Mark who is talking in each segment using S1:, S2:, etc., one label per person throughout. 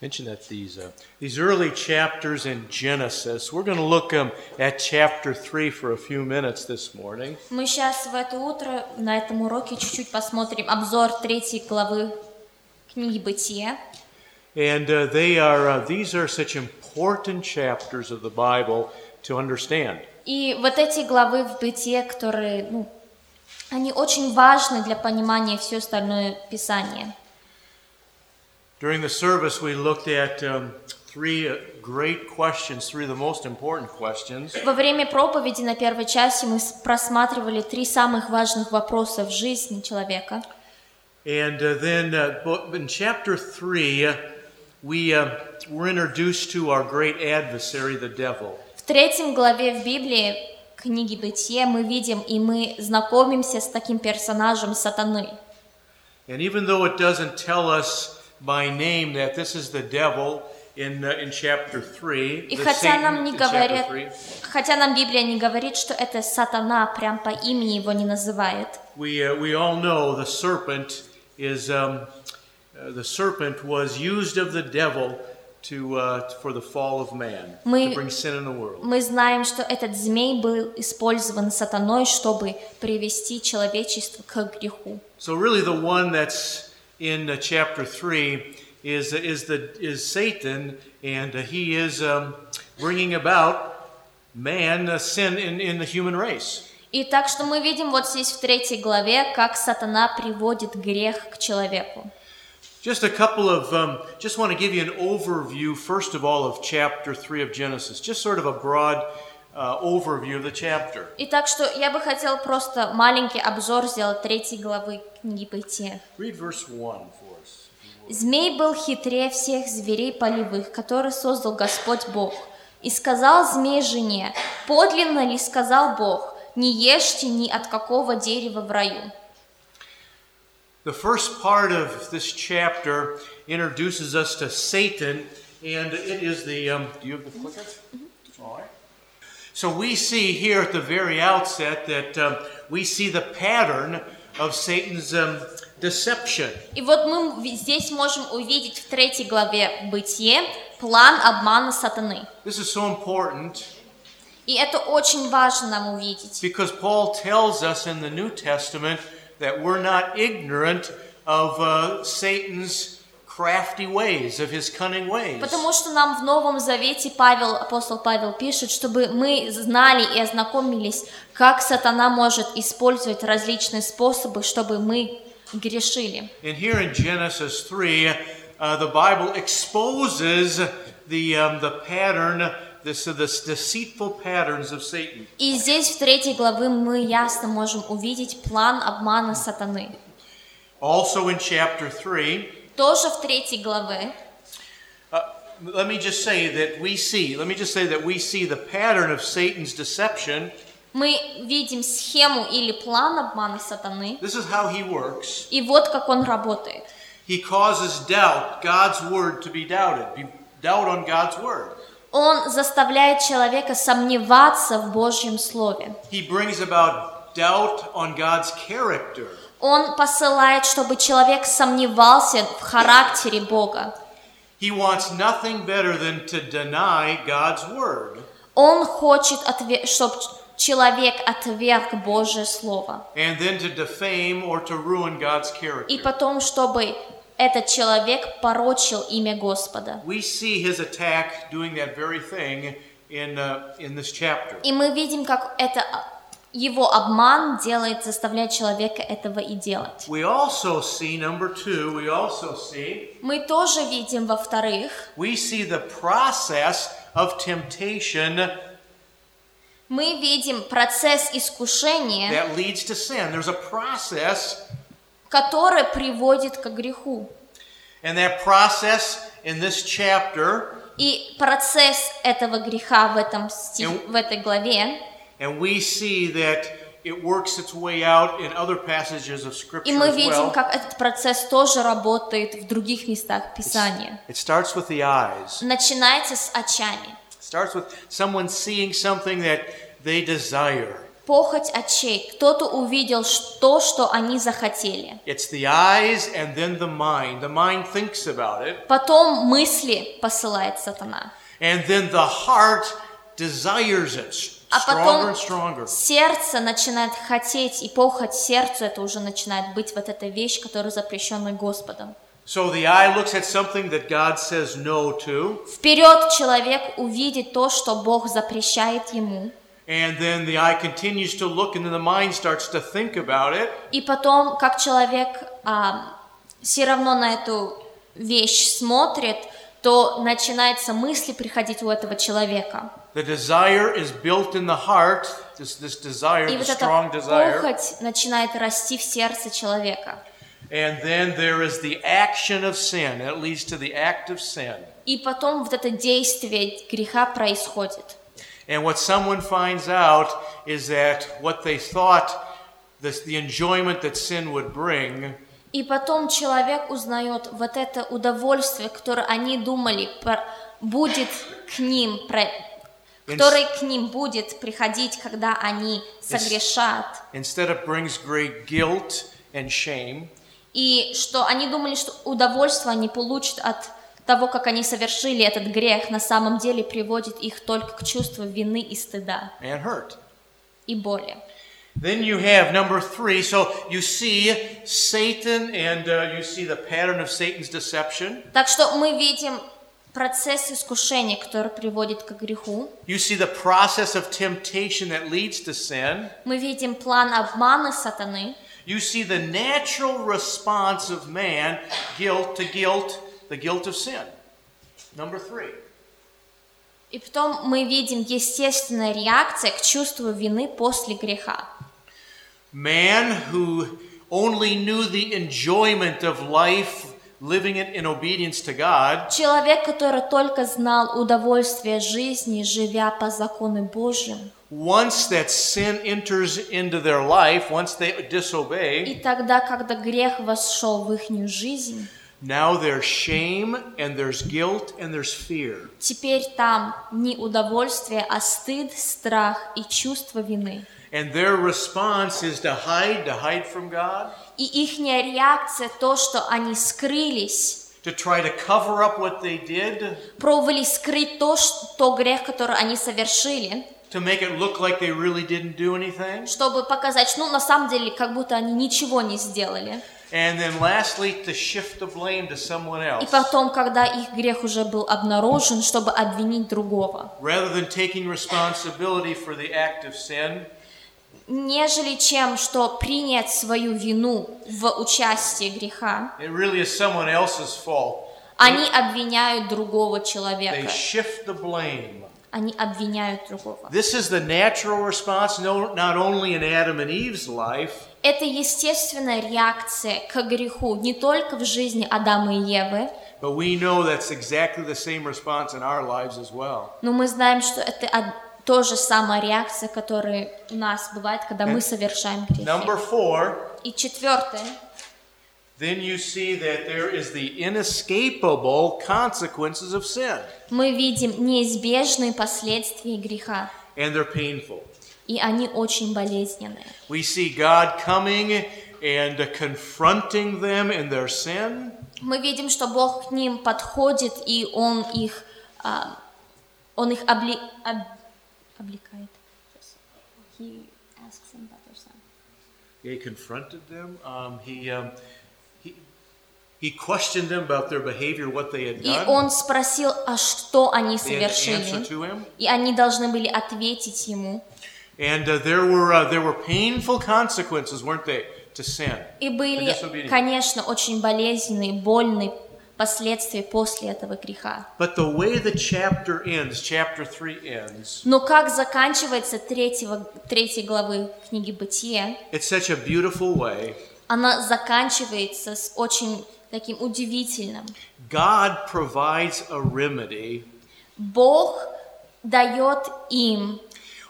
S1: mention that these uh,
S2: these early chapters in Genesis. We're going to look um, at chapter 3 for a few minutes this morning.
S3: Мы сейчас в это утро на этом уроке чуть-чуть посмотрим обзор третьей главы книги Бытия.
S2: And uh, they are uh, these are such important chapters of the Bible to understand.
S3: И вот эти главы в Бытие, которые, ну, они очень важны для понимания все остальное Писание.
S2: During the service, we looked at um, three uh, great questions, three of the most important questions.
S3: Во время проповеди на первой части мы с- просматривали три самых важных вопроса в жизни человека.
S2: And uh, then uh, bo- in chapter 3, uh, we uh, were introduced to our great adversary, the devil.
S3: В третьем главе в Библии, книги Бытия, мы видим и мы знакомимся с таким персонажем сатаны.
S2: And even though it doesn't tell us by name that this is the devil in, uh, in chapter 3,
S3: И
S2: the
S3: хотя
S2: Satan
S3: нам не
S2: in chapter
S3: говорят,
S2: 3,
S3: хотя нам Библия не говорит, что это сатана, прям по имени его не называет,
S2: we, uh, we all know the serpent is, um, uh, the serpent was used of the devil to, uh, for the fall of man,
S3: Мы-
S2: to bring sin in the world.
S3: мы знаем, что этот змей был использован сатаной, чтобы привести человечество к греху.
S2: So really the one that's in uh, chapter 3 is, uh, is, the, is Satan, and uh, he is um, bringing about man, uh, sin in, in the human race.
S3: И так что мы видим вот здесь в третьей главе, как сатана приводит грех к человеку.
S2: Just a couple of, um, just want to give you an overview, first of all, of chapter 3 of Genesis, just sort of a broad uh, overview of the chapter.
S3: И так что я бы хотел просто маленький обзор сделать третьей главы книги Бытия.
S2: Read verse 1 for us.
S3: Змей был хитрее всех зверей полевых, которые создал Господь Бог. И сказал змей жене, подлинно ли сказал Бог, не ешьте ни от какого дерева в раю.
S2: The first part of this chapter introduces us to Satan, and it is the. Um, do you have the clicker? All right. So we see here at the very outset that um, we see the pattern of Satan's um, deception.
S3: И вот мы ви- здесь можем увидеть в третьей главе Бытие план обмана сатаны.
S2: This is so important
S3: И это очень важно нам увидеть.
S2: Because Paul tells us in the New Testament that we're not ignorant of uh, Satan's crafty ways, of his cunning ways.
S3: Потому что нам в Новом Завете Павел, апостол Павел пишет, чтобы мы знали и ознакомились, как сатана может использовать различные способы, чтобы мы грешили.
S2: And here in Genesis 3, uh, the Bible exposes the, um, the pattern, this, this deceitful patterns of Satan.
S3: И здесь в третьей главы мы ясно можем увидеть план обмана сатаны.
S2: Also in chapter 3,
S3: Тоже в третьей главе
S2: uh, let me just say that we see, let me just say that we see the pattern of Satan's deception.
S3: мы видим схему или план обмана сатаны,
S2: This is how he works.
S3: и вот как он работает.
S2: He causes doubt, God's word to be doubted, be, doubt on God's word.
S3: Он заставляет человека сомневаться в Божьем Слове.
S2: He brings about doubt on God's character.
S3: Он посылает, чтобы человек сомневался в характере Бога.
S2: He wants nothing better than to deny God's word
S3: Он хочет, чтобы человек отверг Божье Слово.
S2: and then to defame or to ruin God's
S3: И
S2: character.
S3: потом, чтобы этот человек порочил имя Господа.
S2: We see his attack doing that very thing in, uh, in this chapter.
S3: И мы видим, как это а, его обман делает, заставляет человека этого и делать.
S2: We also see, number two, we also see,
S3: Мы тоже видим, во-вторых,
S2: we see the process of temptation
S3: мы видим процесс искушения,
S2: that leads to sin. There's a process
S3: который приводит к греху.
S2: And that process in this chapter,
S3: И процесс этого греха в, этом стих,
S2: And-
S3: в этой главе,
S2: and we see that it works its way out in other passages of Scripture
S3: и мы
S2: as
S3: видим,
S2: well.
S3: как этот процесс тоже работает в других местах Писания.
S2: It starts with the eyes.
S3: Начинается с очами.
S2: It starts with someone seeing something that they desire.
S3: похоть очей. Кто-то увидел ш- то, что они захотели.
S2: It's the eyes and then the mind. The mind thinks about it.
S3: Потом мысли посылает сатана.
S2: And then the heart desires it s-
S3: А
S2: stronger
S3: потом
S2: and stronger.
S3: сердце начинает хотеть, и похоть сердцу это уже начинает быть вот эта вещь, которая запрещена Господом.
S2: So the eye looks at something that God says no to,
S3: Вперед человек увидит то, что Бог запрещает ему.
S2: and then the eye continues to look, and then the mind starts to think about it,
S3: И потом, как человек все равно на эту вещь смотрит, то начинаются мысли приходить у этого человека.
S2: The desire is built in the heart. This this desire,
S3: И
S2: the
S3: вот
S2: strong
S3: эта
S2: desire,
S3: похоть начинает расти в сердце человека.
S2: and then there is the action of sin. It leads to the act of sin.
S3: И потом вот это действие греха происходит.
S2: And what someone finds out is that what they thought, this, the enjoyment that sin would bring,
S3: И потом человек узнает вот это удовольствие, которое они думали про- будет к ним, про- которое к ним будет приходить, когда они согрешат.
S2: instead of brings great guilt and shame,
S3: И что они думали, что удовольствие они получат от того, как они совершили этот грех, на самом деле приводит их только к чувству вины и стыда
S2: and hurt.
S3: и боли.
S2: Then you have number three. So you see Satan, and uh, you see the pattern of Satan's deception.
S3: Так что мы видим процесс искушения, который приводит к греху.
S2: You see the process of temptation that leads to sin.
S3: Мы видим план обмана сатаны.
S2: You see the natural response of man, guilt to guilt, the guilt of sin. Number three.
S3: И потом мы видим естественная реакция к чувству вины после греха.
S2: Man who only knew the enjoyment of life, living it in obedience to God,
S3: Человек, который только знал удовольствие жизни, живя по закону Божьему,
S2: once that sin enters into their life, once they
S3: И
S2: disobey,
S3: тогда, когда грех вошел в их жизнь,
S2: now there's shame and there's guilt and there's fear.
S3: теперь там не удовольствие, а стыд, страх и чувство вины.
S2: And their response is to hide, to hide from God.
S3: И их реакция то, что они скрылись,
S2: to try to cover up what they did,
S3: пробовали скрыть то, ш- то грех, который они совершили,
S2: to make it look like they really didn't do anything.
S3: чтобы показать, ну, на самом деле, как будто они ничего не сделали.
S2: And then lastly, to shift the blame to someone
S3: И
S2: else.
S3: потом, когда их грех уже был обнаружен, чтобы обвинить другого,
S2: Rather than taking responsibility for the act of sin,
S3: нежели чем, что принять свою вину в участии греха,
S2: it really is someone else's fault.
S3: Они обвиняют другого
S2: They
S3: человека.
S2: shift the blame.
S3: Они обвиняют другого.
S2: This is the natural response, no, not only in Adam and Eve's life,
S3: Это естественная реакция к греху не только в жизни Адама и Евы,
S2: but we know that's exactly the same response in our lives as well.
S3: но мы знаем, что это од- то же самая реакция, которая у нас бывает, когда мы совершаем
S2: Number
S3: грехи.
S2: four,
S3: И четвертое.
S2: then you see that there is the inescapable consequences of sin,
S3: Мы видим неизбежные последствия греха,
S2: and they're painful.
S3: и они очень болезненные.
S2: We see God coming and confronting them in their sin,
S3: Мы видим, что Бог к ним подходит, и Он их, а, он их обли- об- облекает. He asks them about their son.
S2: He confronted them. Um, he, um, he he questioned them about their behavior, what they had
S3: И
S2: done.
S3: он спросил, а что они
S2: They had to answer
S3: совершили.
S2: to him,
S3: И они должны были ответить ему.
S2: and uh, there were uh, there were painful consequences, weren't they, to sin?
S3: И были,
S2: disobedience.
S3: конечно, очень болезненные, больные последствия после этого греха.
S2: But the way the chapter ends, chapter three ends,
S3: Но как заканчивается третьего, третьей главы книги Бытия,
S2: it's such a beautiful way.
S3: она заканчивается с очень таким удивительным.
S2: God provides a remedy,
S3: Бог дает им,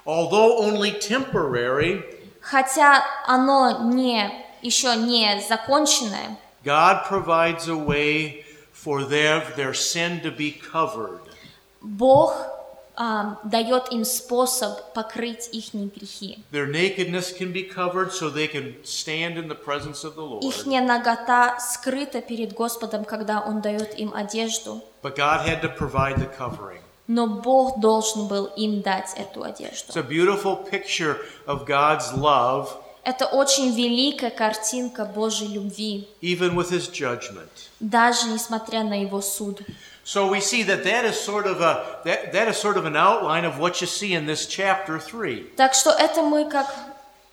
S2: although only temporary.
S3: хотя оно не еще не законченное,
S2: God provides a way for their, their sin to be covered.
S3: Бог ам, дает им способ покрыть их грехи.
S2: Their nakedness can be covered so they can stand in the presence of the Lord.
S3: Ихняя нагота скрыта перед Господом, когда Он дает им одежду,
S2: But God had to provide the covering.
S3: но Бог должен был им дать эту одежду.
S2: It's a beautiful picture of God's love,
S3: Это очень великая картинка Божьей любви,
S2: even with his judgment.
S3: даже несмотря на Его суд.
S2: So we see that that is sort of a that, that is sort of an outline of what you see in this chapter 3.
S3: Так что это мы как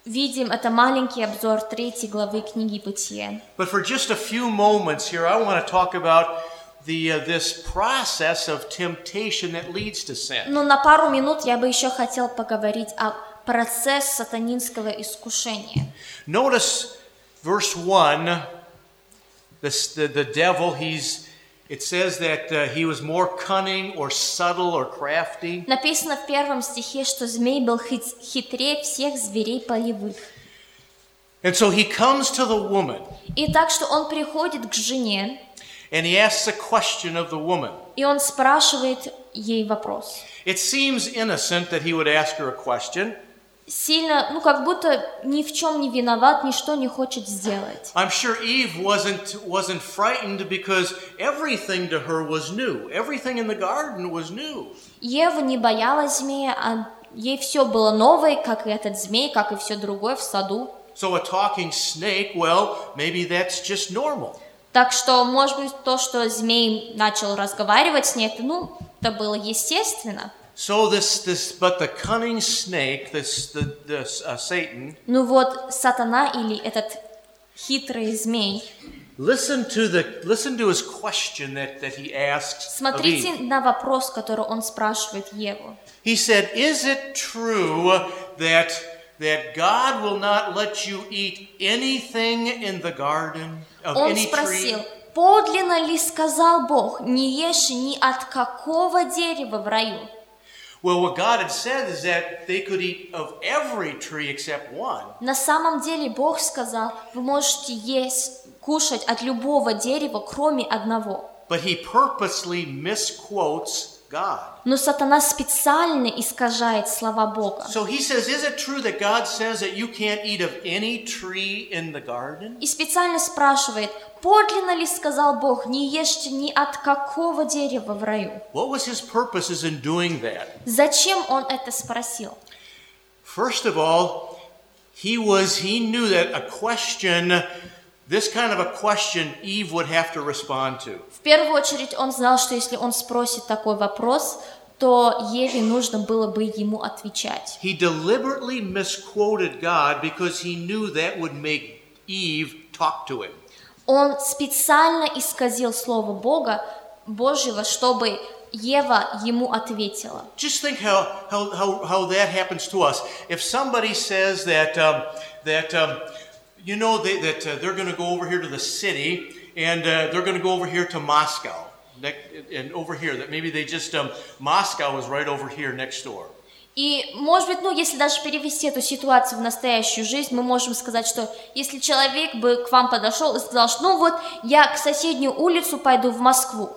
S3: видим, это маленький обзор третьей главы книги Бытия.
S2: But for just a few moments here I want to talk about the uh, this process of temptation that leads to sin.
S3: Но на пару минут я бы еще хотел поговорить о процесс сатанинского искушения.
S2: Notice verse 1 this, the the devil he's it says that uh, he was more cunning or subtle or crafty.
S3: Написано в первом стихе, что змей был хит- хитрее всех зверей полевых.
S2: And so he comes to the woman
S3: И так что он приходит к жене,
S2: and he asks a question of the woman.
S3: и он спрашивает ей вопрос.
S2: It seems innocent that he would ask her a question.
S3: Сильно, ну как будто ни в чем не виноват, ничто не хочет сделать.
S2: I'm sure Eve wasn't wasn't frightened because everything to her was new. Everything in the garden was new.
S3: Ева не боялась змея, а ей все было новое, как и этот змей, как и все другое в саду.
S2: So a talking snake, well, maybe that's just normal.
S3: Так что, может быть, то, что змей начал разговаривать с ней, это, ну, это было естественно.
S2: So this this but the cunning snake, this the this uh, Satan,
S3: Ну вот, сатана или этот хитрый змей.
S2: listen to the listen to his question that that he asks. of Eve.
S3: Смотрите на вопрос, который он спрашивает Еву.
S2: He said, "Is it true that that God will not let you eat anything in the garden of
S3: Он
S2: any
S3: спросил,
S2: tree?"
S3: подлинно ли сказал Бог, не ешь ни от какого дерева в раю?
S2: Well, what God had said is that they could eat of every tree except one.
S3: На самом деле Бог сказал, вы можете есть, кушать от любого дерева, кроме одного.
S2: But he purposely misquotes God.
S3: Но сатана специально искажает слова Бога.
S2: So he says, "Is it true that God says that you can't eat of any tree in the garden?"
S3: И специально спрашивает, подлинно ли сказал Бог, не ешьте ни от какого дерева в раю?
S2: What was his purposes in doing that?
S3: Зачем он это спросил?
S2: First of all, he was he knew that a question this kind of a question Eve would have to respond to.
S3: В первую очередь он знал, что если он спросит такой вопрос, то Еве нужно было бы ему отвечать.
S2: He deliberately misquoted God because he knew that would make Eve talk to him.
S3: Он специально исказил слово Бога, Божьего, чтобы Ева ему ответила.
S2: Just think how how, how, how that happens to us. If somebody says that um, that um, you know they, that uh, they're going to go over here to the city and uh, they're going to go over here to Moscow nec- and over here that maybe they just um, Moscow is right over here next door.
S3: И, может быть, ну, если даже перевести эту ситуацию в настоящую жизнь, мы можем сказать, что если человек бы к вам подошел и сказал, что, ну вот, я к соседнюю улицу пойду в Москву,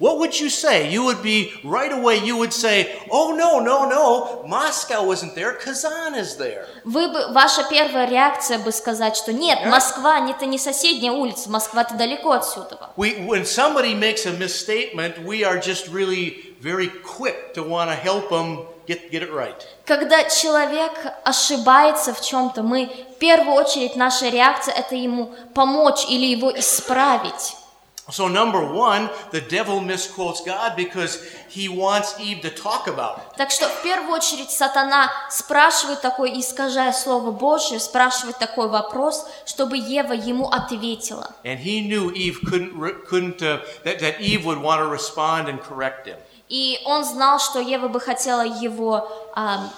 S2: What would you say? You would be right away, you would say, Oh, no, no, no, Moscow isn't there, Kazan is there.
S3: вы бы, ваша первая реакция бы сказать, что нет, Москва, не- это не соседняя улица, Москва, это далеко отсюда.
S2: We, when somebody makes a misstatement, we are just really very quick to want to help them get, get it right.
S3: Когда человек ошибается в чем-то, мы, в первую очередь, наша реакция – это ему помочь или его исправить.
S2: So, number one, the devil misquotes God because he wants Eve to talk about it.
S3: Так что в первую очередь сатана спрашивает такой, искажая Слово Божье, спрашивает такой вопрос, чтобы Ева ему ответила.
S2: And he knew Eve couldn't, re- couldn't uh, that, that Eve would want to respond and correct him.
S3: И он знал, что Ева бы хотела его, ам,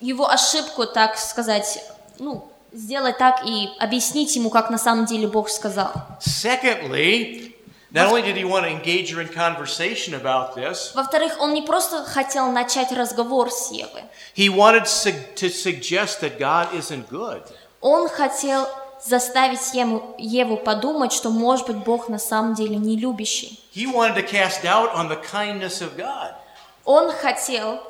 S3: его ошибку, так сказать, ну, сделать так и объяснить ему, как на самом деле Бог сказал.
S2: Secondly, not only did he want to engage her in conversation about this,
S3: Во-вторых, он не просто хотел начать разговор с Евой,
S2: he wanted sug- to suggest that God isn't good.
S3: он хотел заставить Ему- Еву подумать, что, может быть, Бог на самом деле не любящий.
S2: He wanted to cast doubt on the kindness of God.
S3: Он хотел,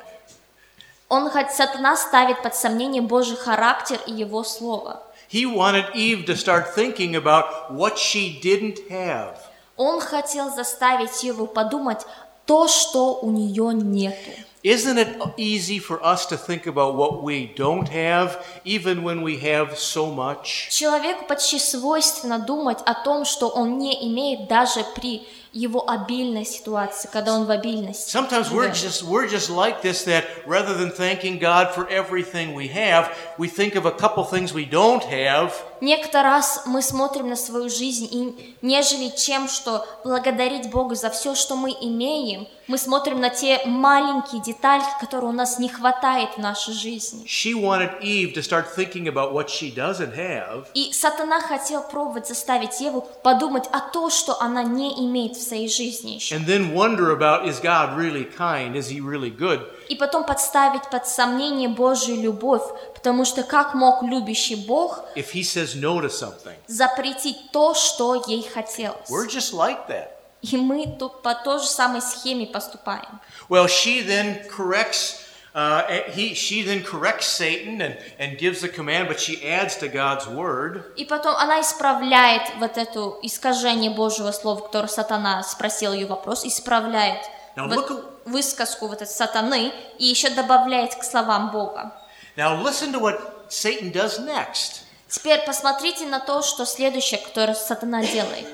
S3: он хоть сатана ставит под сомнение Божий характер и его слово.
S2: He wanted Eve to start thinking about what she didn't have.
S3: Он хотел заставить его подумать то, что у нее нету.
S2: Isn't it easy for us to think about what we don't have, even when we have so much?
S3: Человеку почти свойственно думать о том, что он не имеет даже при его обильной ситуации, когда он в обильности.
S2: Sometimes we're
S3: живет.
S2: just we're just like this that rather than thanking God for everything we have, we think of a couple things we don't have
S3: Некоторый раз мы смотрим на свою жизнь, и нежели чем, что благодарить Богу за все, что мы имеем, мы смотрим на те маленькие детальки, которые у нас не хватает в нашей жизни.
S2: She wanted Eve to start thinking about what she doesn't have,
S3: И сатана хотел пробовать заставить Еву подумать о том, что она не имеет в своей жизни еще.
S2: and then wonder about is God really kind? Is He really good?
S3: И потом подставить под сомнение Божью любовь, потому что как мог любящий Бог
S2: If He says no to something,
S3: запретить то, что ей хотелось?
S2: we're just like that.
S3: И мы тут по той же самой схеме поступаем.
S2: Well, she then corrects. Uh, he, she then corrects Satan and, and gives the command, but she adds to God's word.
S3: И потом она исправляет вот это искажение Божьего Слова, которое сатана спросил ее вопрос, исправляет
S2: Now
S3: вот
S2: look
S3: высказку вот этой сатаны и еще добавляет к словам Бога.
S2: Now listen to what Satan does next.
S3: Теперь посмотрите на то, что следующее, которое сатана делает.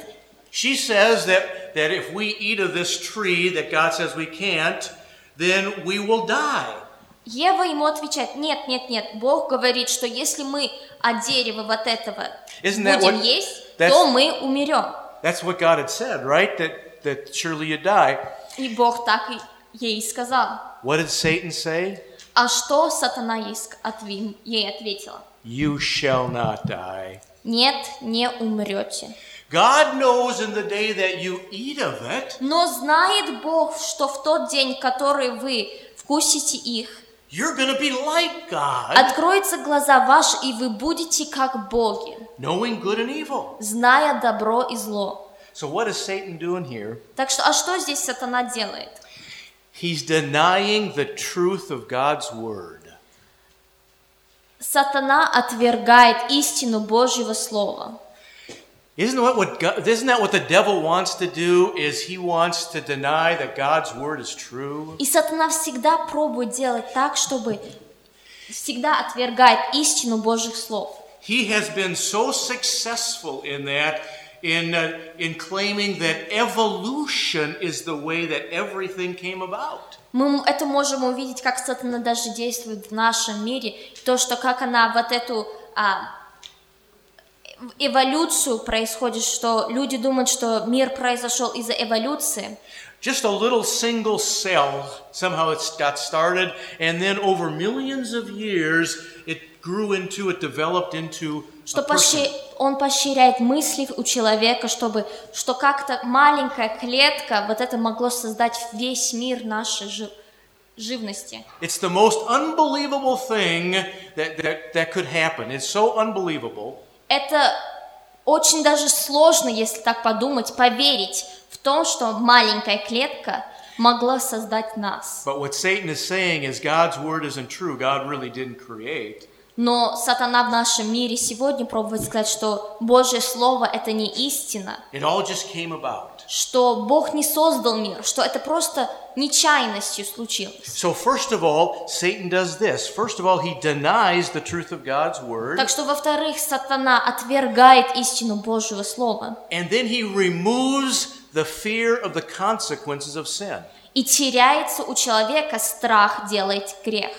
S2: She says that, that if we eat of this tree that God says we can't, then we will die.
S3: Ева ему отвечает, нет, нет, нет, Бог говорит, что если мы от дерева вот этого
S2: Isn't that
S3: будем
S2: what-
S3: есть,
S2: that's-
S3: то мы умерем.
S2: That's what God had said, right? That, that surely you die.
S3: И Бог так и ей сказал.
S2: What did Satan say?
S3: А что сатана ей ск- отви- ей ответила?
S2: You shall not die.
S3: Нет, не умрете.
S2: God knows in the day that you eat of it,
S3: Но знает Бог, что в тот день, который вы вкусите их,
S2: you're going to be like God,
S3: откроются глаза ваши, и вы будете как боги,
S2: knowing good and evil.
S3: зная добро и зло.
S2: So, what is Satan doing here?
S3: Так что, а что здесь сатана делает?
S2: He's denying the truth of God's word.
S3: Сатана отвергает истину Божьего Слова.
S2: Isn't what, what God, isn't that what the devil wants to do? Is he wants to deny that God's word is true?
S3: И сатана всегда пробует делать так, чтобы всегда отвергает истину Божьих Слов.
S2: He has been so successful in that, in uh, in claiming that evolution is the way that everything came about.
S3: Мы м- это можем увидеть, как сатана даже действует в нашем мире, то, что как она вот эту а, э- эволюцию происходит, что люди думают, что мир произошел из-за эволюции.
S2: Just a little single cell somehow it got started, and then over millions of years it grew into, it developed into a
S3: что
S2: person.
S3: поощря- он поощряет мысли у человека, чтобы, что как-то маленькая клетка, вот это могло создать весь мир нашей жи- живности.
S2: It's the most unbelievable thing that, that, that could happen. It's so unbelievable.
S3: Это очень даже сложно, если так подумать, поверить в том, что маленькая клетка могла создать нас.
S2: But what Satan is saying is God's word isn't true. God really didn't create.
S3: Но сатана в нашем мире сегодня пробует сказать, что Божье Слово — это не истина,
S2: It all just came about.
S3: что Бог не создал мир, что это просто нечаянностью случилось.
S2: So, first of all, Satan does this. First of all, he denies the truth of God's word,
S3: Так что, во-вторых, сатана отвергает истину Божьего Слова
S2: and then he removes the fear of the consequences of sin.
S3: и теряется у человека страх делать грех.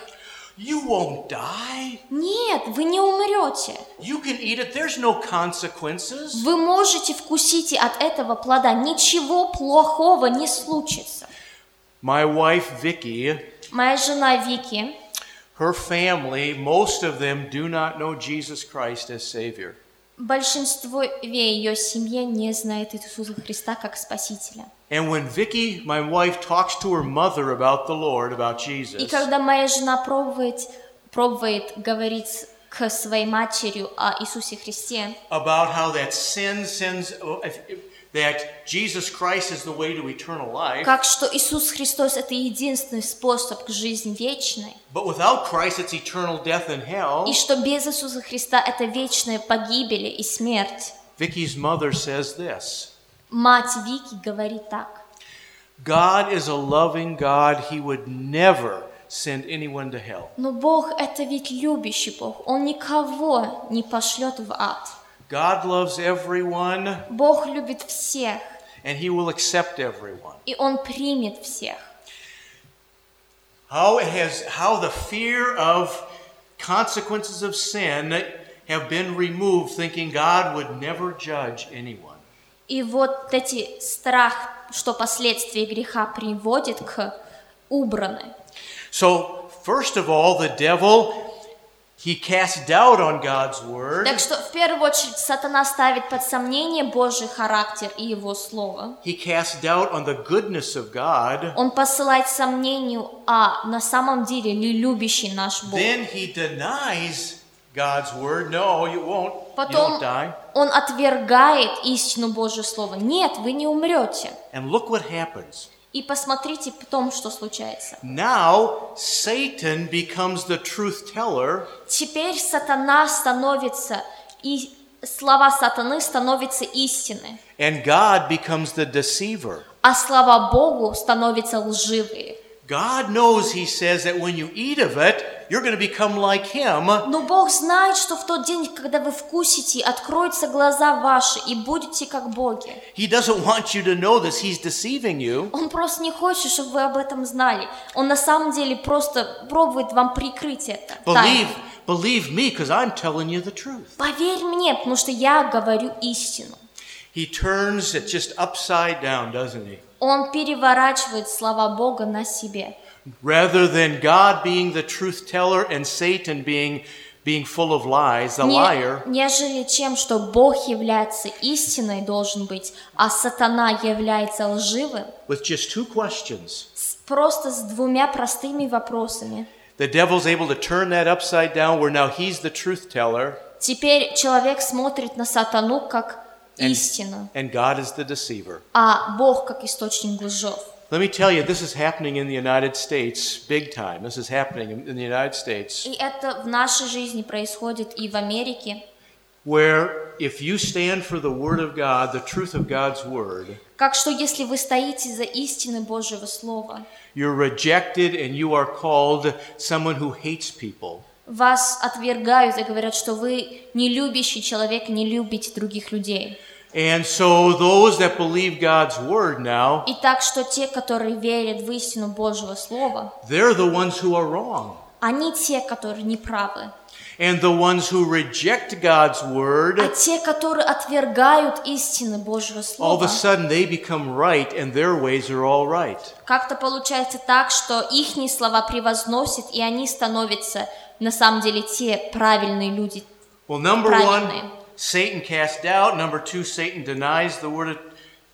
S2: You won't die.
S3: Нет, вы не умрете.
S2: You can eat it. There's no consequences.
S3: Вы можете вкусить и от этого плода. Ничего плохого не случится.
S2: My wife, Vicky,
S3: Моя жена Вики,
S2: her family, most of them do not know Jesus Christ as Savior.
S3: большинство ее семьи не знает Иисуса Христа как Спасителя.
S2: And when Vicky, my wife, talks to her mother about the Lord, about
S3: И
S2: Jesus,
S3: когда моя жена пробует, пробует говорить к своей матерью о Иисусе Христе,
S2: about how that sin sends, if, if, that Jesus Christ is the way to eternal life,
S3: как что Иисус Христос – это единственный способ к жизни вечной,
S2: but without Christ it's eternal death and hell.
S3: и что без Иисуса Христа – это вечная погибель и смерть.
S2: Vicky's mother says this
S3: Мать Вики говорит так.
S2: God is a loving God, He would never send anyone to hell.
S3: Но Бог – это ведь любящий Бог. Он никого не пошлет в ад.
S2: God loves everyone
S3: Бог любит всех,
S2: and He will accept everyone.
S3: и Он примет всех.
S2: How it has how the fear of consequences of sin have been removed, thinking God would never judge anyone.
S3: И вот эти страх, что последствия греха приводит к убраны.
S2: So, first of all, the devil he casts doubt on God's word.
S3: Так что в первую очередь сатана ставит под сомнение Божий характер и его слово.
S2: He casts doubt on the goodness of God.
S3: Он посылает сомнению, а на самом деле ли любящий наш Бог.
S2: Then he denies God's word. No, you won't. You don't
S3: Потом
S2: die.
S3: он отвергает истину Божье Слово. Нет, вы не умрете.
S2: And look what happens.
S3: И посмотрите потом, что случается.
S2: Now Satan becomes the truth teller
S3: Теперь сатана становится, и слова сатаны становятся истины,
S2: and God becomes the deceiver.
S3: а слова Богу становятся лживые.
S2: God knows, he says, that when you eat of it, you're going to become like him.
S3: Но Бог знает, что в тот день, когда вы вкусите, откроются глаза ваши и будете как боги.
S2: He doesn't want you to know this. He's deceiving you.
S3: Он просто не хочет, чтобы вы об этом знали. Он на самом деле просто пробует вам прикрыть это.
S2: Believe,
S3: тайно.
S2: believe me, because I'm telling you the truth.
S3: Поверь мне, потому что я говорю истину.
S2: He turns it just upside down, doesn't he?
S3: Он переворачивает слова Бога на себе.
S2: Rather than God being the truth teller and Satan being being full of lies, the
S3: Не-
S2: liar.
S3: нежели чем, что Бог является истиной должен быть, а сатана является лживым,
S2: with just two questions.
S3: с- просто с двумя простыми вопросами.
S2: The devil's able to turn that upside down where now he's the truth teller
S3: Теперь человек смотрит на сатану как
S2: And-
S3: истину,
S2: and God is the deceiver.
S3: а Бог как источник лжев.
S2: Let me tell you, this is happening in the United States big time. This is happening in- in the United States
S3: И это в нашей жизни происходит и в Америке,
S2: where if you stand for the Word of God, the truth of God's Word,
S3: как что если вы стоите за истины Божьего Слова,
S2: you're rejected and you are called someone who hates people.
S3: вас отвергают и говорят, что вы не любящий человек, не любите других людей.
S2: And so those that believe God's Word now,
S3: И так что те, которые верят в истину Божьего Слова,
S2: they're the ones who are wrong.
S3: они те, которые неправы. А
S2: And the ones who reject God's Word
S3: А те, которые отвергают истины Божьего
S2: all of
S3: Слова,
S2: a sudden they become right and their ways are all right.
S3: как-то получается так, что их слова превозносят, и они становятся на самом деле те правильные люди.
S2: Well, number
S3: Right.
S2: one, Satan cast doubt. Number two, Satan denies the word. Of,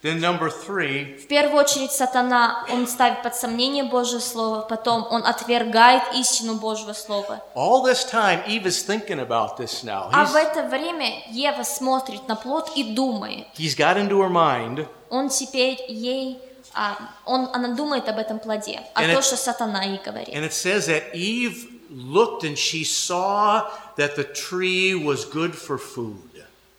S2: then number three,
S3: В первую очередь сатана, он ставит под сомнение Божье Слово, потом он отвергает истину Божьего Слова.
S2: all this time Eva's thinking about this now.
S3: А в
S2: He's,
S3: это время Ева смотрит на плод и думает.
S2: he's got into her mind,
S3: Он теперь ей, а, он, она думает об этом плоде, а
S2: And
S3: то,
S2: it-
S3: что сатана ей говорит.
S2: and it says that Eve looked and she saw that the tree was good for food.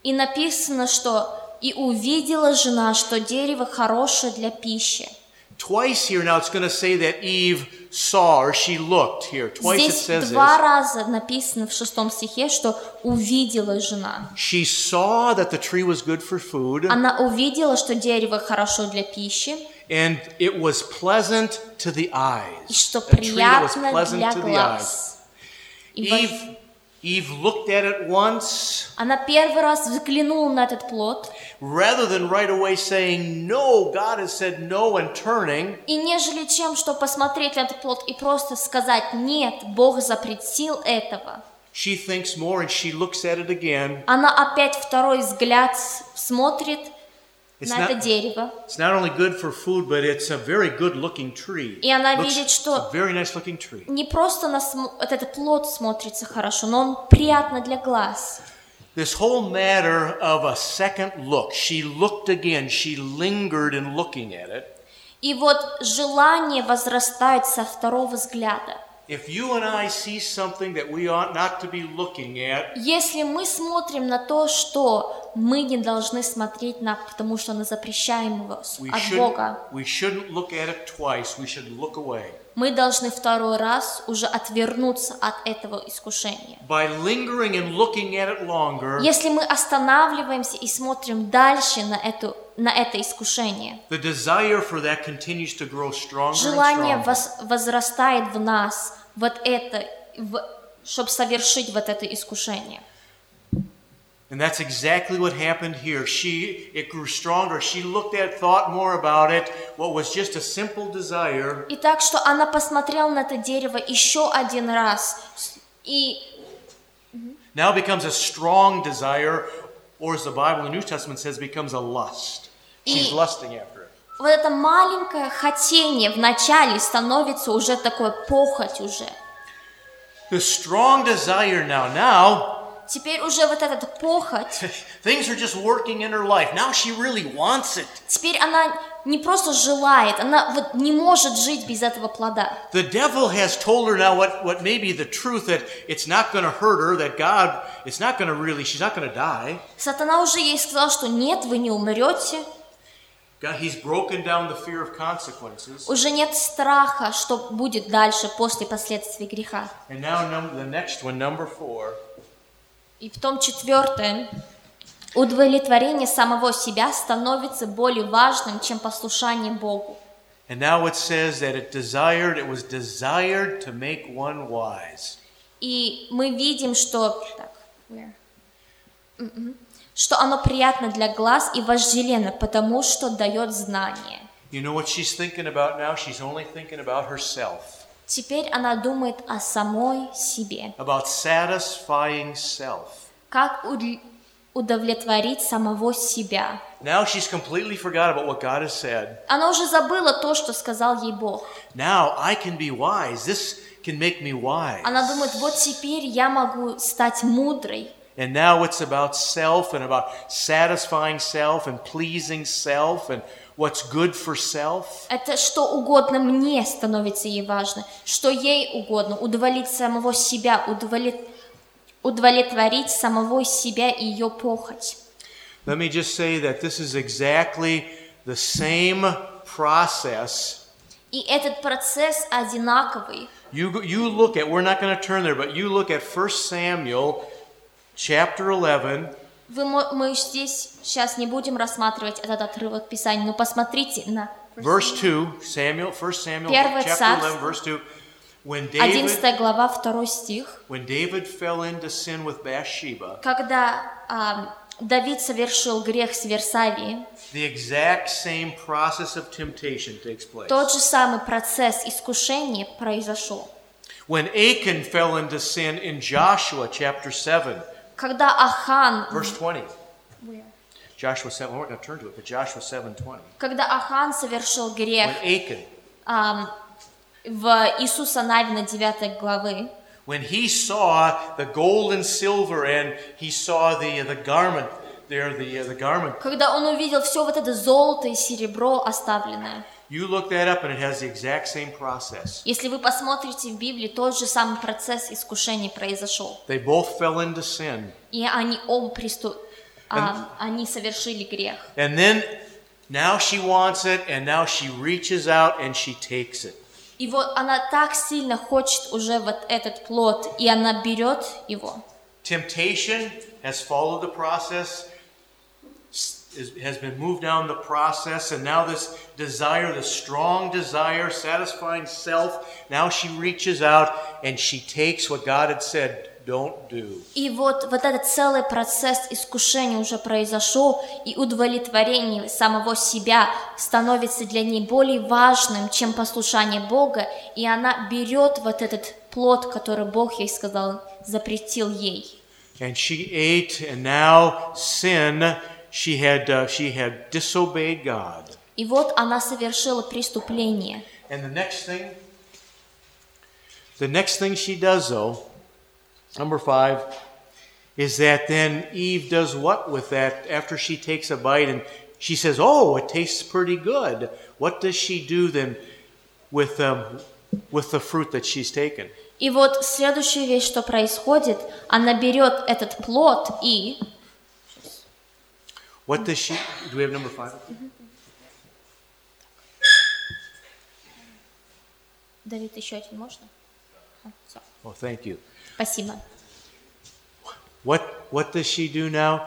S3: И написано, что «И увидела жена, что дерево хорошее для пищи».
S2: Twice here now, it's going to say that Eve saw or she looked here. Twice it
S3: Здесь
S2: says
S3: два
S2: this.
S3: раза написано в шестом стихе, что «увидела жена».
S2: She saw that the tree was good for food.
S3: Она увидела, что дерево хорошо для пищи,
S2: and it was pleasant to the
S3: и
S2: eyes.
S3: что
S2: A tree that was
S3: приятно
S2: pleasant
S3: для
S2: to the eyes.
S3: глаз. И во-
S2: Eve, Eve looked at it once,
S3: Она первый раз взглянула на этот плод,
S2: rather than right away saying no. God has said no and turning.
S3: И нежели чем, что посмотреть на этот плод и просто сказать «нет, Бог запретил этого»,
S2: She thinks more and she looks at it again.
S3: она опять второй взгляд с- смотрит
S2: It's
S3: на это
S2: not,
S3: дерево.
S2: it's not only good for food, but it's a very good looking tree.
S3: И она
S2: Looks-
S3: видит,
S2: it's
S3: что-
S2: a very nice looking tree.
S3: Не просто на см- вот этот плод смотрится хорошо, но он приятно для глаз.
S2: This whole matter of a second look, she looked again, she lingered in looking at it.
S3: И вот желание возрастает со второго взгляда.
S2: If you and I see something that we ought not to be looking at,
S3: Если мы смотрим на то, что мы не должны смотреть на, потому что мы запрещаем его с-
S2: we
S3: от Бога,
S2: shouldn't, we shouldn't look at it twice. We should look away.
S3: мы должны второй раз уже отвернуться от этого искушения.
S2: By lingering and looking at it longer,
S3: Если мы останавливаемся и смотрим дальше на, эту, на это искушение,
S2: the desire for that continues to grow stronger
S3: желание
S2: and stronger.
S3: воз- возрастает в нас, вот это, чтобы совершить вот это искушение.
S2: And that's exactly what happened here. She it grew stronger. She looked at, it, thought more about it. What was just a simple desire
S3: И так что она посмотрела на это дерево еще один раз, с- и
S2: now becomes a strong desire, or as the Bible, the New Testament says, becomes a lust. She's
S3: И-
S2: lusting after it.
S3: вот это маленькое хотение вначале становится уже такой похоть уже.
S2: The strong desire now. Now
S3: Теперь уже вот этот похоть,
S2: things are just working in her life. Now she really wants it.
S3: теперь она не просто желает, она вот не может жить без этого плода.
S2: The devil has told her now what, what may be the truth that it's not going to hurt her, that God, it's not going to really, she's not going to die.
S3: Сатана уже ей сказал, что нет, вы не умрете,
S2: God, he's broken down the fear of consequences.
S3: уже нет страха, что будет дальше после последствий греха.
S2: And now num- the next one, number four.
S3: И в том четвертое, удовлетворение самого себя становится более важным, чем послушание Богу.
S2: And now it says that it desired, it was desired to make one wise.
S3: И мы видим, что, так, where? Мгм. что оно приятно для глаз и вожделенно, потому что дает знание.
S2: You know what she's thinking about now? She's only thinking about herself,
S3: Теперь она думает о самой себе,
S2: about satisfying self.
S3: как удл- удовлетворить самого себя.
S2: Now she's completely forgot about what God has said.
S3: Она уже забыла то, что сказал ей Бог.
S2: Now I can be wise. This can make me wise.
S3: Она думает, вот теперь я могу стать мудрой.
S2: And now it's about self and about satisfying self and pleasing self and what's good for self.
S3: Это что угодно мне становится ей важно, что ей угодно, удовлетворить самого себя, удовлет- удовлетворить самого себя и ее похоть.
S2: Let me just say that this is exactly the same process.
S3: И этот процесс одинаковый.
S2: You, go- you look at, we're not going to turn there, but you look at 1 Samuel chapter 11,
S3: Вы, мо- мы здесь сейчас не будем рассматривать этот отрывок Писания, но посмотрите на
S2: verse 2. Samuel, 1 Samuel
S3: Первое
S2: chapter
S3: царство.
S2: 11, verse 2. When David,
S3: 11 глава, 2 стих,
S2: when David fell into sin with Bathsheba,
S3: когда а, Давид совершил грех с Версавией,
S2: the exact same process of temptation takes place.
S3: тот же самый процесс искушения произошел.
S2: When Achan fell into sin in Joshua chapter 7,
S3: Когда Ахан
S2: verse 20. Joshua 7, we're not going to turn to it, but Joshua 7 20.
S3: Когда Ахан совершил грех
S2: When Achan,
S3: ам, в Иисуса Навина 9 главы,
S2: when he saw the gold and silver, and he saw the the garment there, the uh, the garment.
S3: когда он увидел все вот это золото и серебро оставленное.
S2: You look that up, and it has the exact same process.
S3: Если вы посмотрите в Библии, тот же самый процесс искушения произошел.
S2: They both fell into sin,
S3: И они оба присту... ам, они совершили грех.
S2: and then now she wants it, and now she reaches out and she takes it.
S3: И вот она так сильно хочет уже вот этот плод, и она берет его.
S2: Temptation has followed the process, s- is, has been moved down the process, and now this desire, this strong desire, satisfying self, now she reaches out and she takes what God had said, don't do.
S3: И вот, вот этот целый процесс искушения уже произошел, и удовлетворение самого себя становится для ней более важным, чем послушание Бога, и она берет вот этот плод, который Бог ей сказал, запретил ей.
S2: And she ate, and now sin, she had, uh, she had disobeyed God.
S3: И вот она совершила преступление.
S2: And the next thing, the next thing she does, though, number five, is that then Eve does what with that after she takes a bite and she says, "Oh, it tastes pretty good." What does she do then with um, with the fruit that she's taken?
S3: И вот следующая вещь, что происходит, она берет этот плод и...
S2: What does she? Do we have number five?
S3: Давид, еще один можно? А, всё.
S2: Oh, thank you.
S3: Спасибо.
S2: What what does she do now?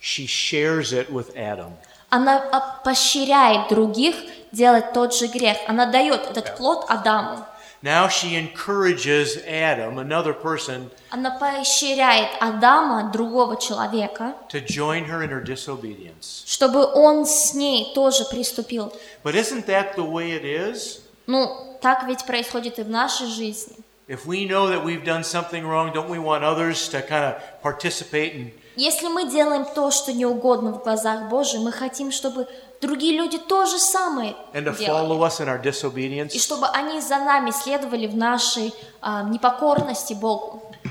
S2: She shares it with Adam.
S3: Она а, поощряет других делать тот же грех. Она дает этот плод Адаму.
S2: Now she encourages Adam, another person,
S3: Она поощряет Адама, другого человека,
S2: to join her in her disobedience.
S3: чтобы он с ней тоже приступил.
S2: But isn't that the way it is?
S3: Ну, так ведь происходит и в нашей жизни.
S2: If we know that we've done something wrong, don't we want others to kind of participate in
S3: Если мы делаем то, что не угодно в глазах Божьих, мы хотим, чтобы другие люди то же самое
S2: and to
S3: делали.
S2: follow us in our
S3: И
S2: disobedience?
S3: чтобы они за нами следовали в нашей а, непокорности Богу.
S2: You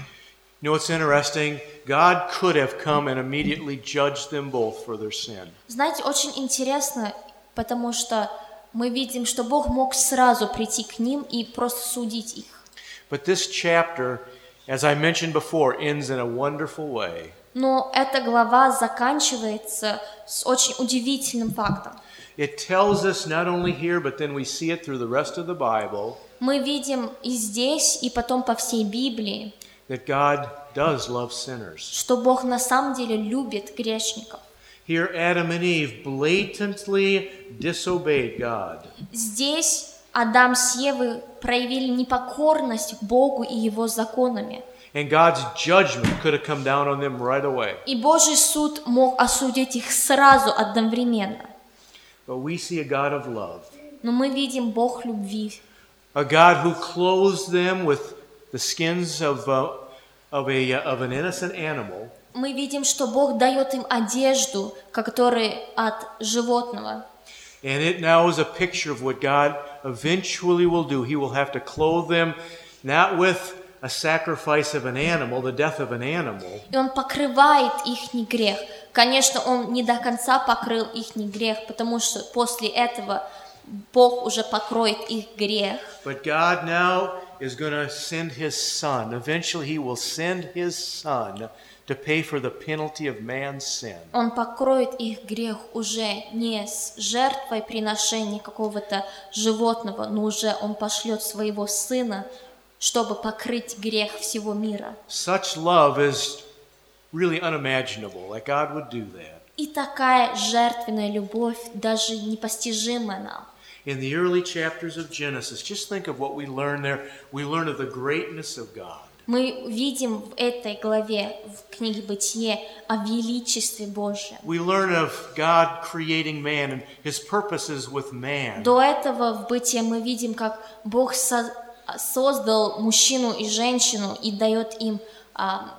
S2: know what's interesting? God could have come and immediately judged them both for their sin.
S3: Знаете, очень интересно, потому что мы видим, что Бог мог сразу прийти к ним и просто судить их.
S2: But this chapter, as I mentioned before, ends in a wonderful way.
S3: Но эта глава заканчивается с очень удивительным фактом.
S2: It tells us not only here, but then we see it through the rest of the Bible,
S3: Мы видим и здесь, и потом по всей Библии,
S2: that God does love sinners.
S3: что Бог на самом деле любит грешников.
S2: Here, Adam and Eve blatantly disobeyed God.
S3: Здесь Адам с Евой проявили непокорность Богу и Его законами.
S2: And God's judgment could have come down on them right away.
S3: И Божий суд мог осудить их сразу одновременно.
S2: But we see a God of love,
S3: Но мы видим Бог любви,
S2: a God who clothes them with the skins of, uh, of, a, uh, of an innocent animal,
S3: Мы видим, что Бог дает им одежду, которая от животного.
S2: And it now is a picture of what God eventually will do. He will have to clothe them not with a sacrifice of an animal, the death of an animal,
S3: И Он покрывает их грех. Конечно, Он не до конца покрыл их грех, потому что после этого Бог уже покроет их грех.
S2: but God now is going to send his son. Eventually, he will send his son to pay for the penalty of man's sin.
S3: Он покроет их грех уже не с жертвой приношения какого-то животного, но уже Он пошлет своего Сына, чтобы покрыть грех всего мира.
S2: Such love is really unimaginable that God would do that.
S3: И такая жертвенная любовь даже непостижима нам.
S2: In the early chapters of Genesis, just think of what we learn there. We learn of the greatness of God.
S3: Мы видим в этой главе, в книге Бытие, о величестве Божьем.
S2: We learn of God creating man and his purposes with man.
S3: До этого в Бытие мы видим, как Бог со- создал мужчину и женщину и дает им а,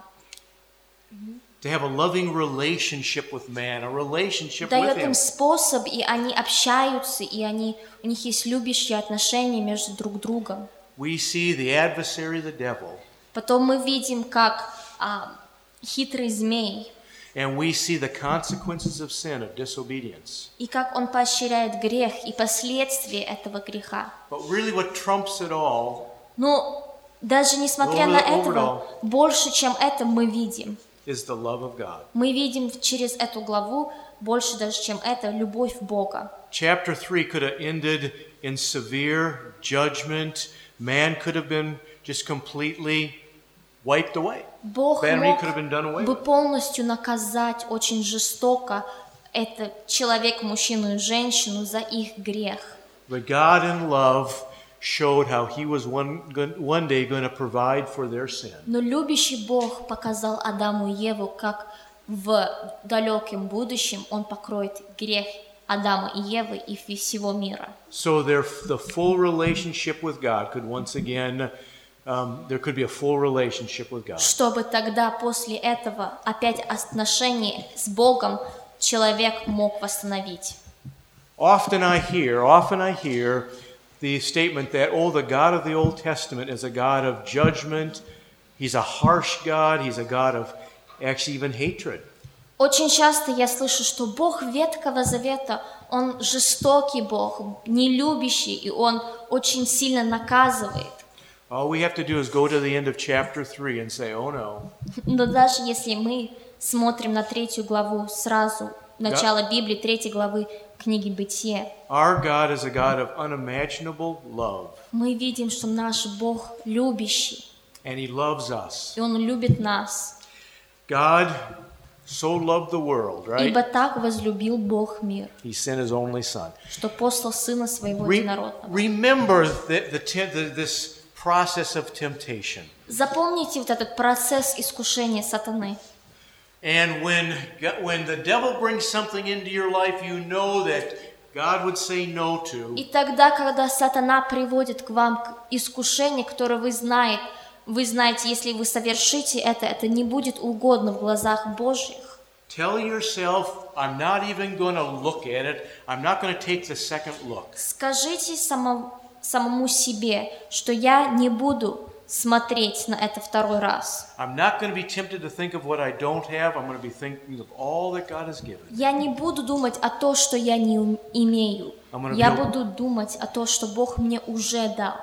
S2: To have a loving relationship with man, a relationship with
S3: дает
S2: him.
S3: им способ, и они общаются, и они, у них есть любящие отношения между друг другом.
S2: We see the adversary, the devil,
S3: Потом мы видим, как а, хитрый змей,
S2: and we see the consequences of sin, of disobedience.
S3: и как он поощряет грех и последствия этого греха.
S2: But really, what trumps it all
S3: Но Ну, даже несмотря на
S2: Overall-
S3: это, больше, чем это мы видим.
S2: is the love of God.
S3: Мы видим через эту главу больше даже, чем это, любовь Бога.
S2: Chapter 3 could have ended in severe judgment. Man could have been just completely wiped away.
S3: Бог
S2: Bad
S3: мог
S2: could have been done away
S3: бы
S2: with.
S3: полностью наказать очень жестоко это человек, мужчину и женщину за их грех.
S2: But God in love showed how He was one, one day going to provide for their sin.
S3: Но любящий Бог показал Адаму и Еву, как в далеком будущем Он покроет грех Адама и Евы и фи- всего мира.
S2: So their, the full relationship with God could once again, um, there could be a full relationship with God.
S3: Чтобы тогда после этого опять отношения с Богом человек мог восстановить.
S2: Often I hear, often I hear the statement that, oh, the God of the Old Testament is a God of judgment. He's a harsh God. He's a God of actually even hatred.
S3: Очень часто я слышу, что Бог Ветхого Завета, Он жестокий Бог, нелюбящий, и Он очень сильно наказывает.
S2: All we have to do is go to the end of chapter 3 and say, oh no,
S3: Но даже если мы смотрим на третью главу сразу, начало Библии, третьей главы книги Бытие,
S2: our God is a God of unimaginable love,
S3: мы видим, что наш Бог любящий,
S2: and He loves us.
S3: и Он любит нас.
S2: God so loved the world, right?
S3: Ибо так возлюбил Бог мир,
S2: He sent His only Son.
S3: что послал Сына Своего
S2: Re-
S3: Единородного.
S2: remember the, the, te- the, this process of temptation.
S3: Запомните вот этот процесс искушения сатаны.
S2: And when, when the devil brings something into your life you know that God would say no to,
S3: И тогда, когда сатана приводит к вам к искушение, которое вы знаете, вы знаете, если вы совершите это, это не будет угодно в глазах Божьих.
S2: tell yourself, I'm not even going to look at it. I'm not going to take the second look.
S3: Скажите само- самому себе, что я не буду смотреть на это второй раз.
S2: I'm not going to be tempted to think of what I don't have. I'm going to be thinking of all that God has given.
S3: Я не буду думать о том, что я не ум- имею.
S2: I'm gonna
S3: Я
S2: build-
S3: буду думать о том, что Бог мне уже дал.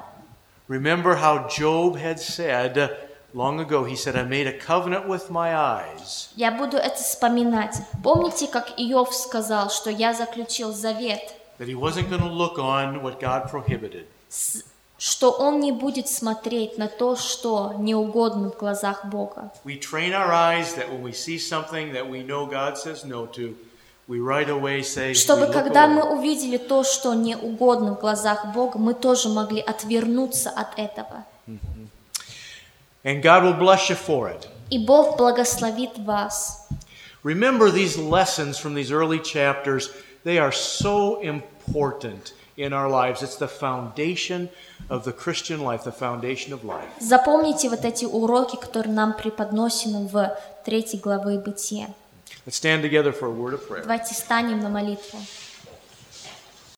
S2: Remember how Job had said long ago, he said, I made a covenant with my eyes.
S3: Я буду это вспоминать. Помните, как Иов сказал, что я заключил завет
S2: that he wasn't going to look on what God prohibited.
S3: с- что он не будет смотреть на то, что неугодно в глазах Бога.
S2: We train our eyes that when we see something that we know God says no to, we right away say, we
S3: Чтобы
S2: look
S3: когда
S2: away.
S3: мы увидели то, что неугодно в глазах Бога, мы тоже могли отвернуться от этого.
S2: And God will bless you for it.
S3: И Бог благословит вас.
S2: Remember these lessons from these early chapters. They are so important in our lives. It's the foundation of the Christian life, the foundation of life.
S3: Запомните вот эти уроки, которые нам преподносены в третьей главе Бытия.
S2: Let's stand together for a word of prayer.
S3: Давайте станем на молитву.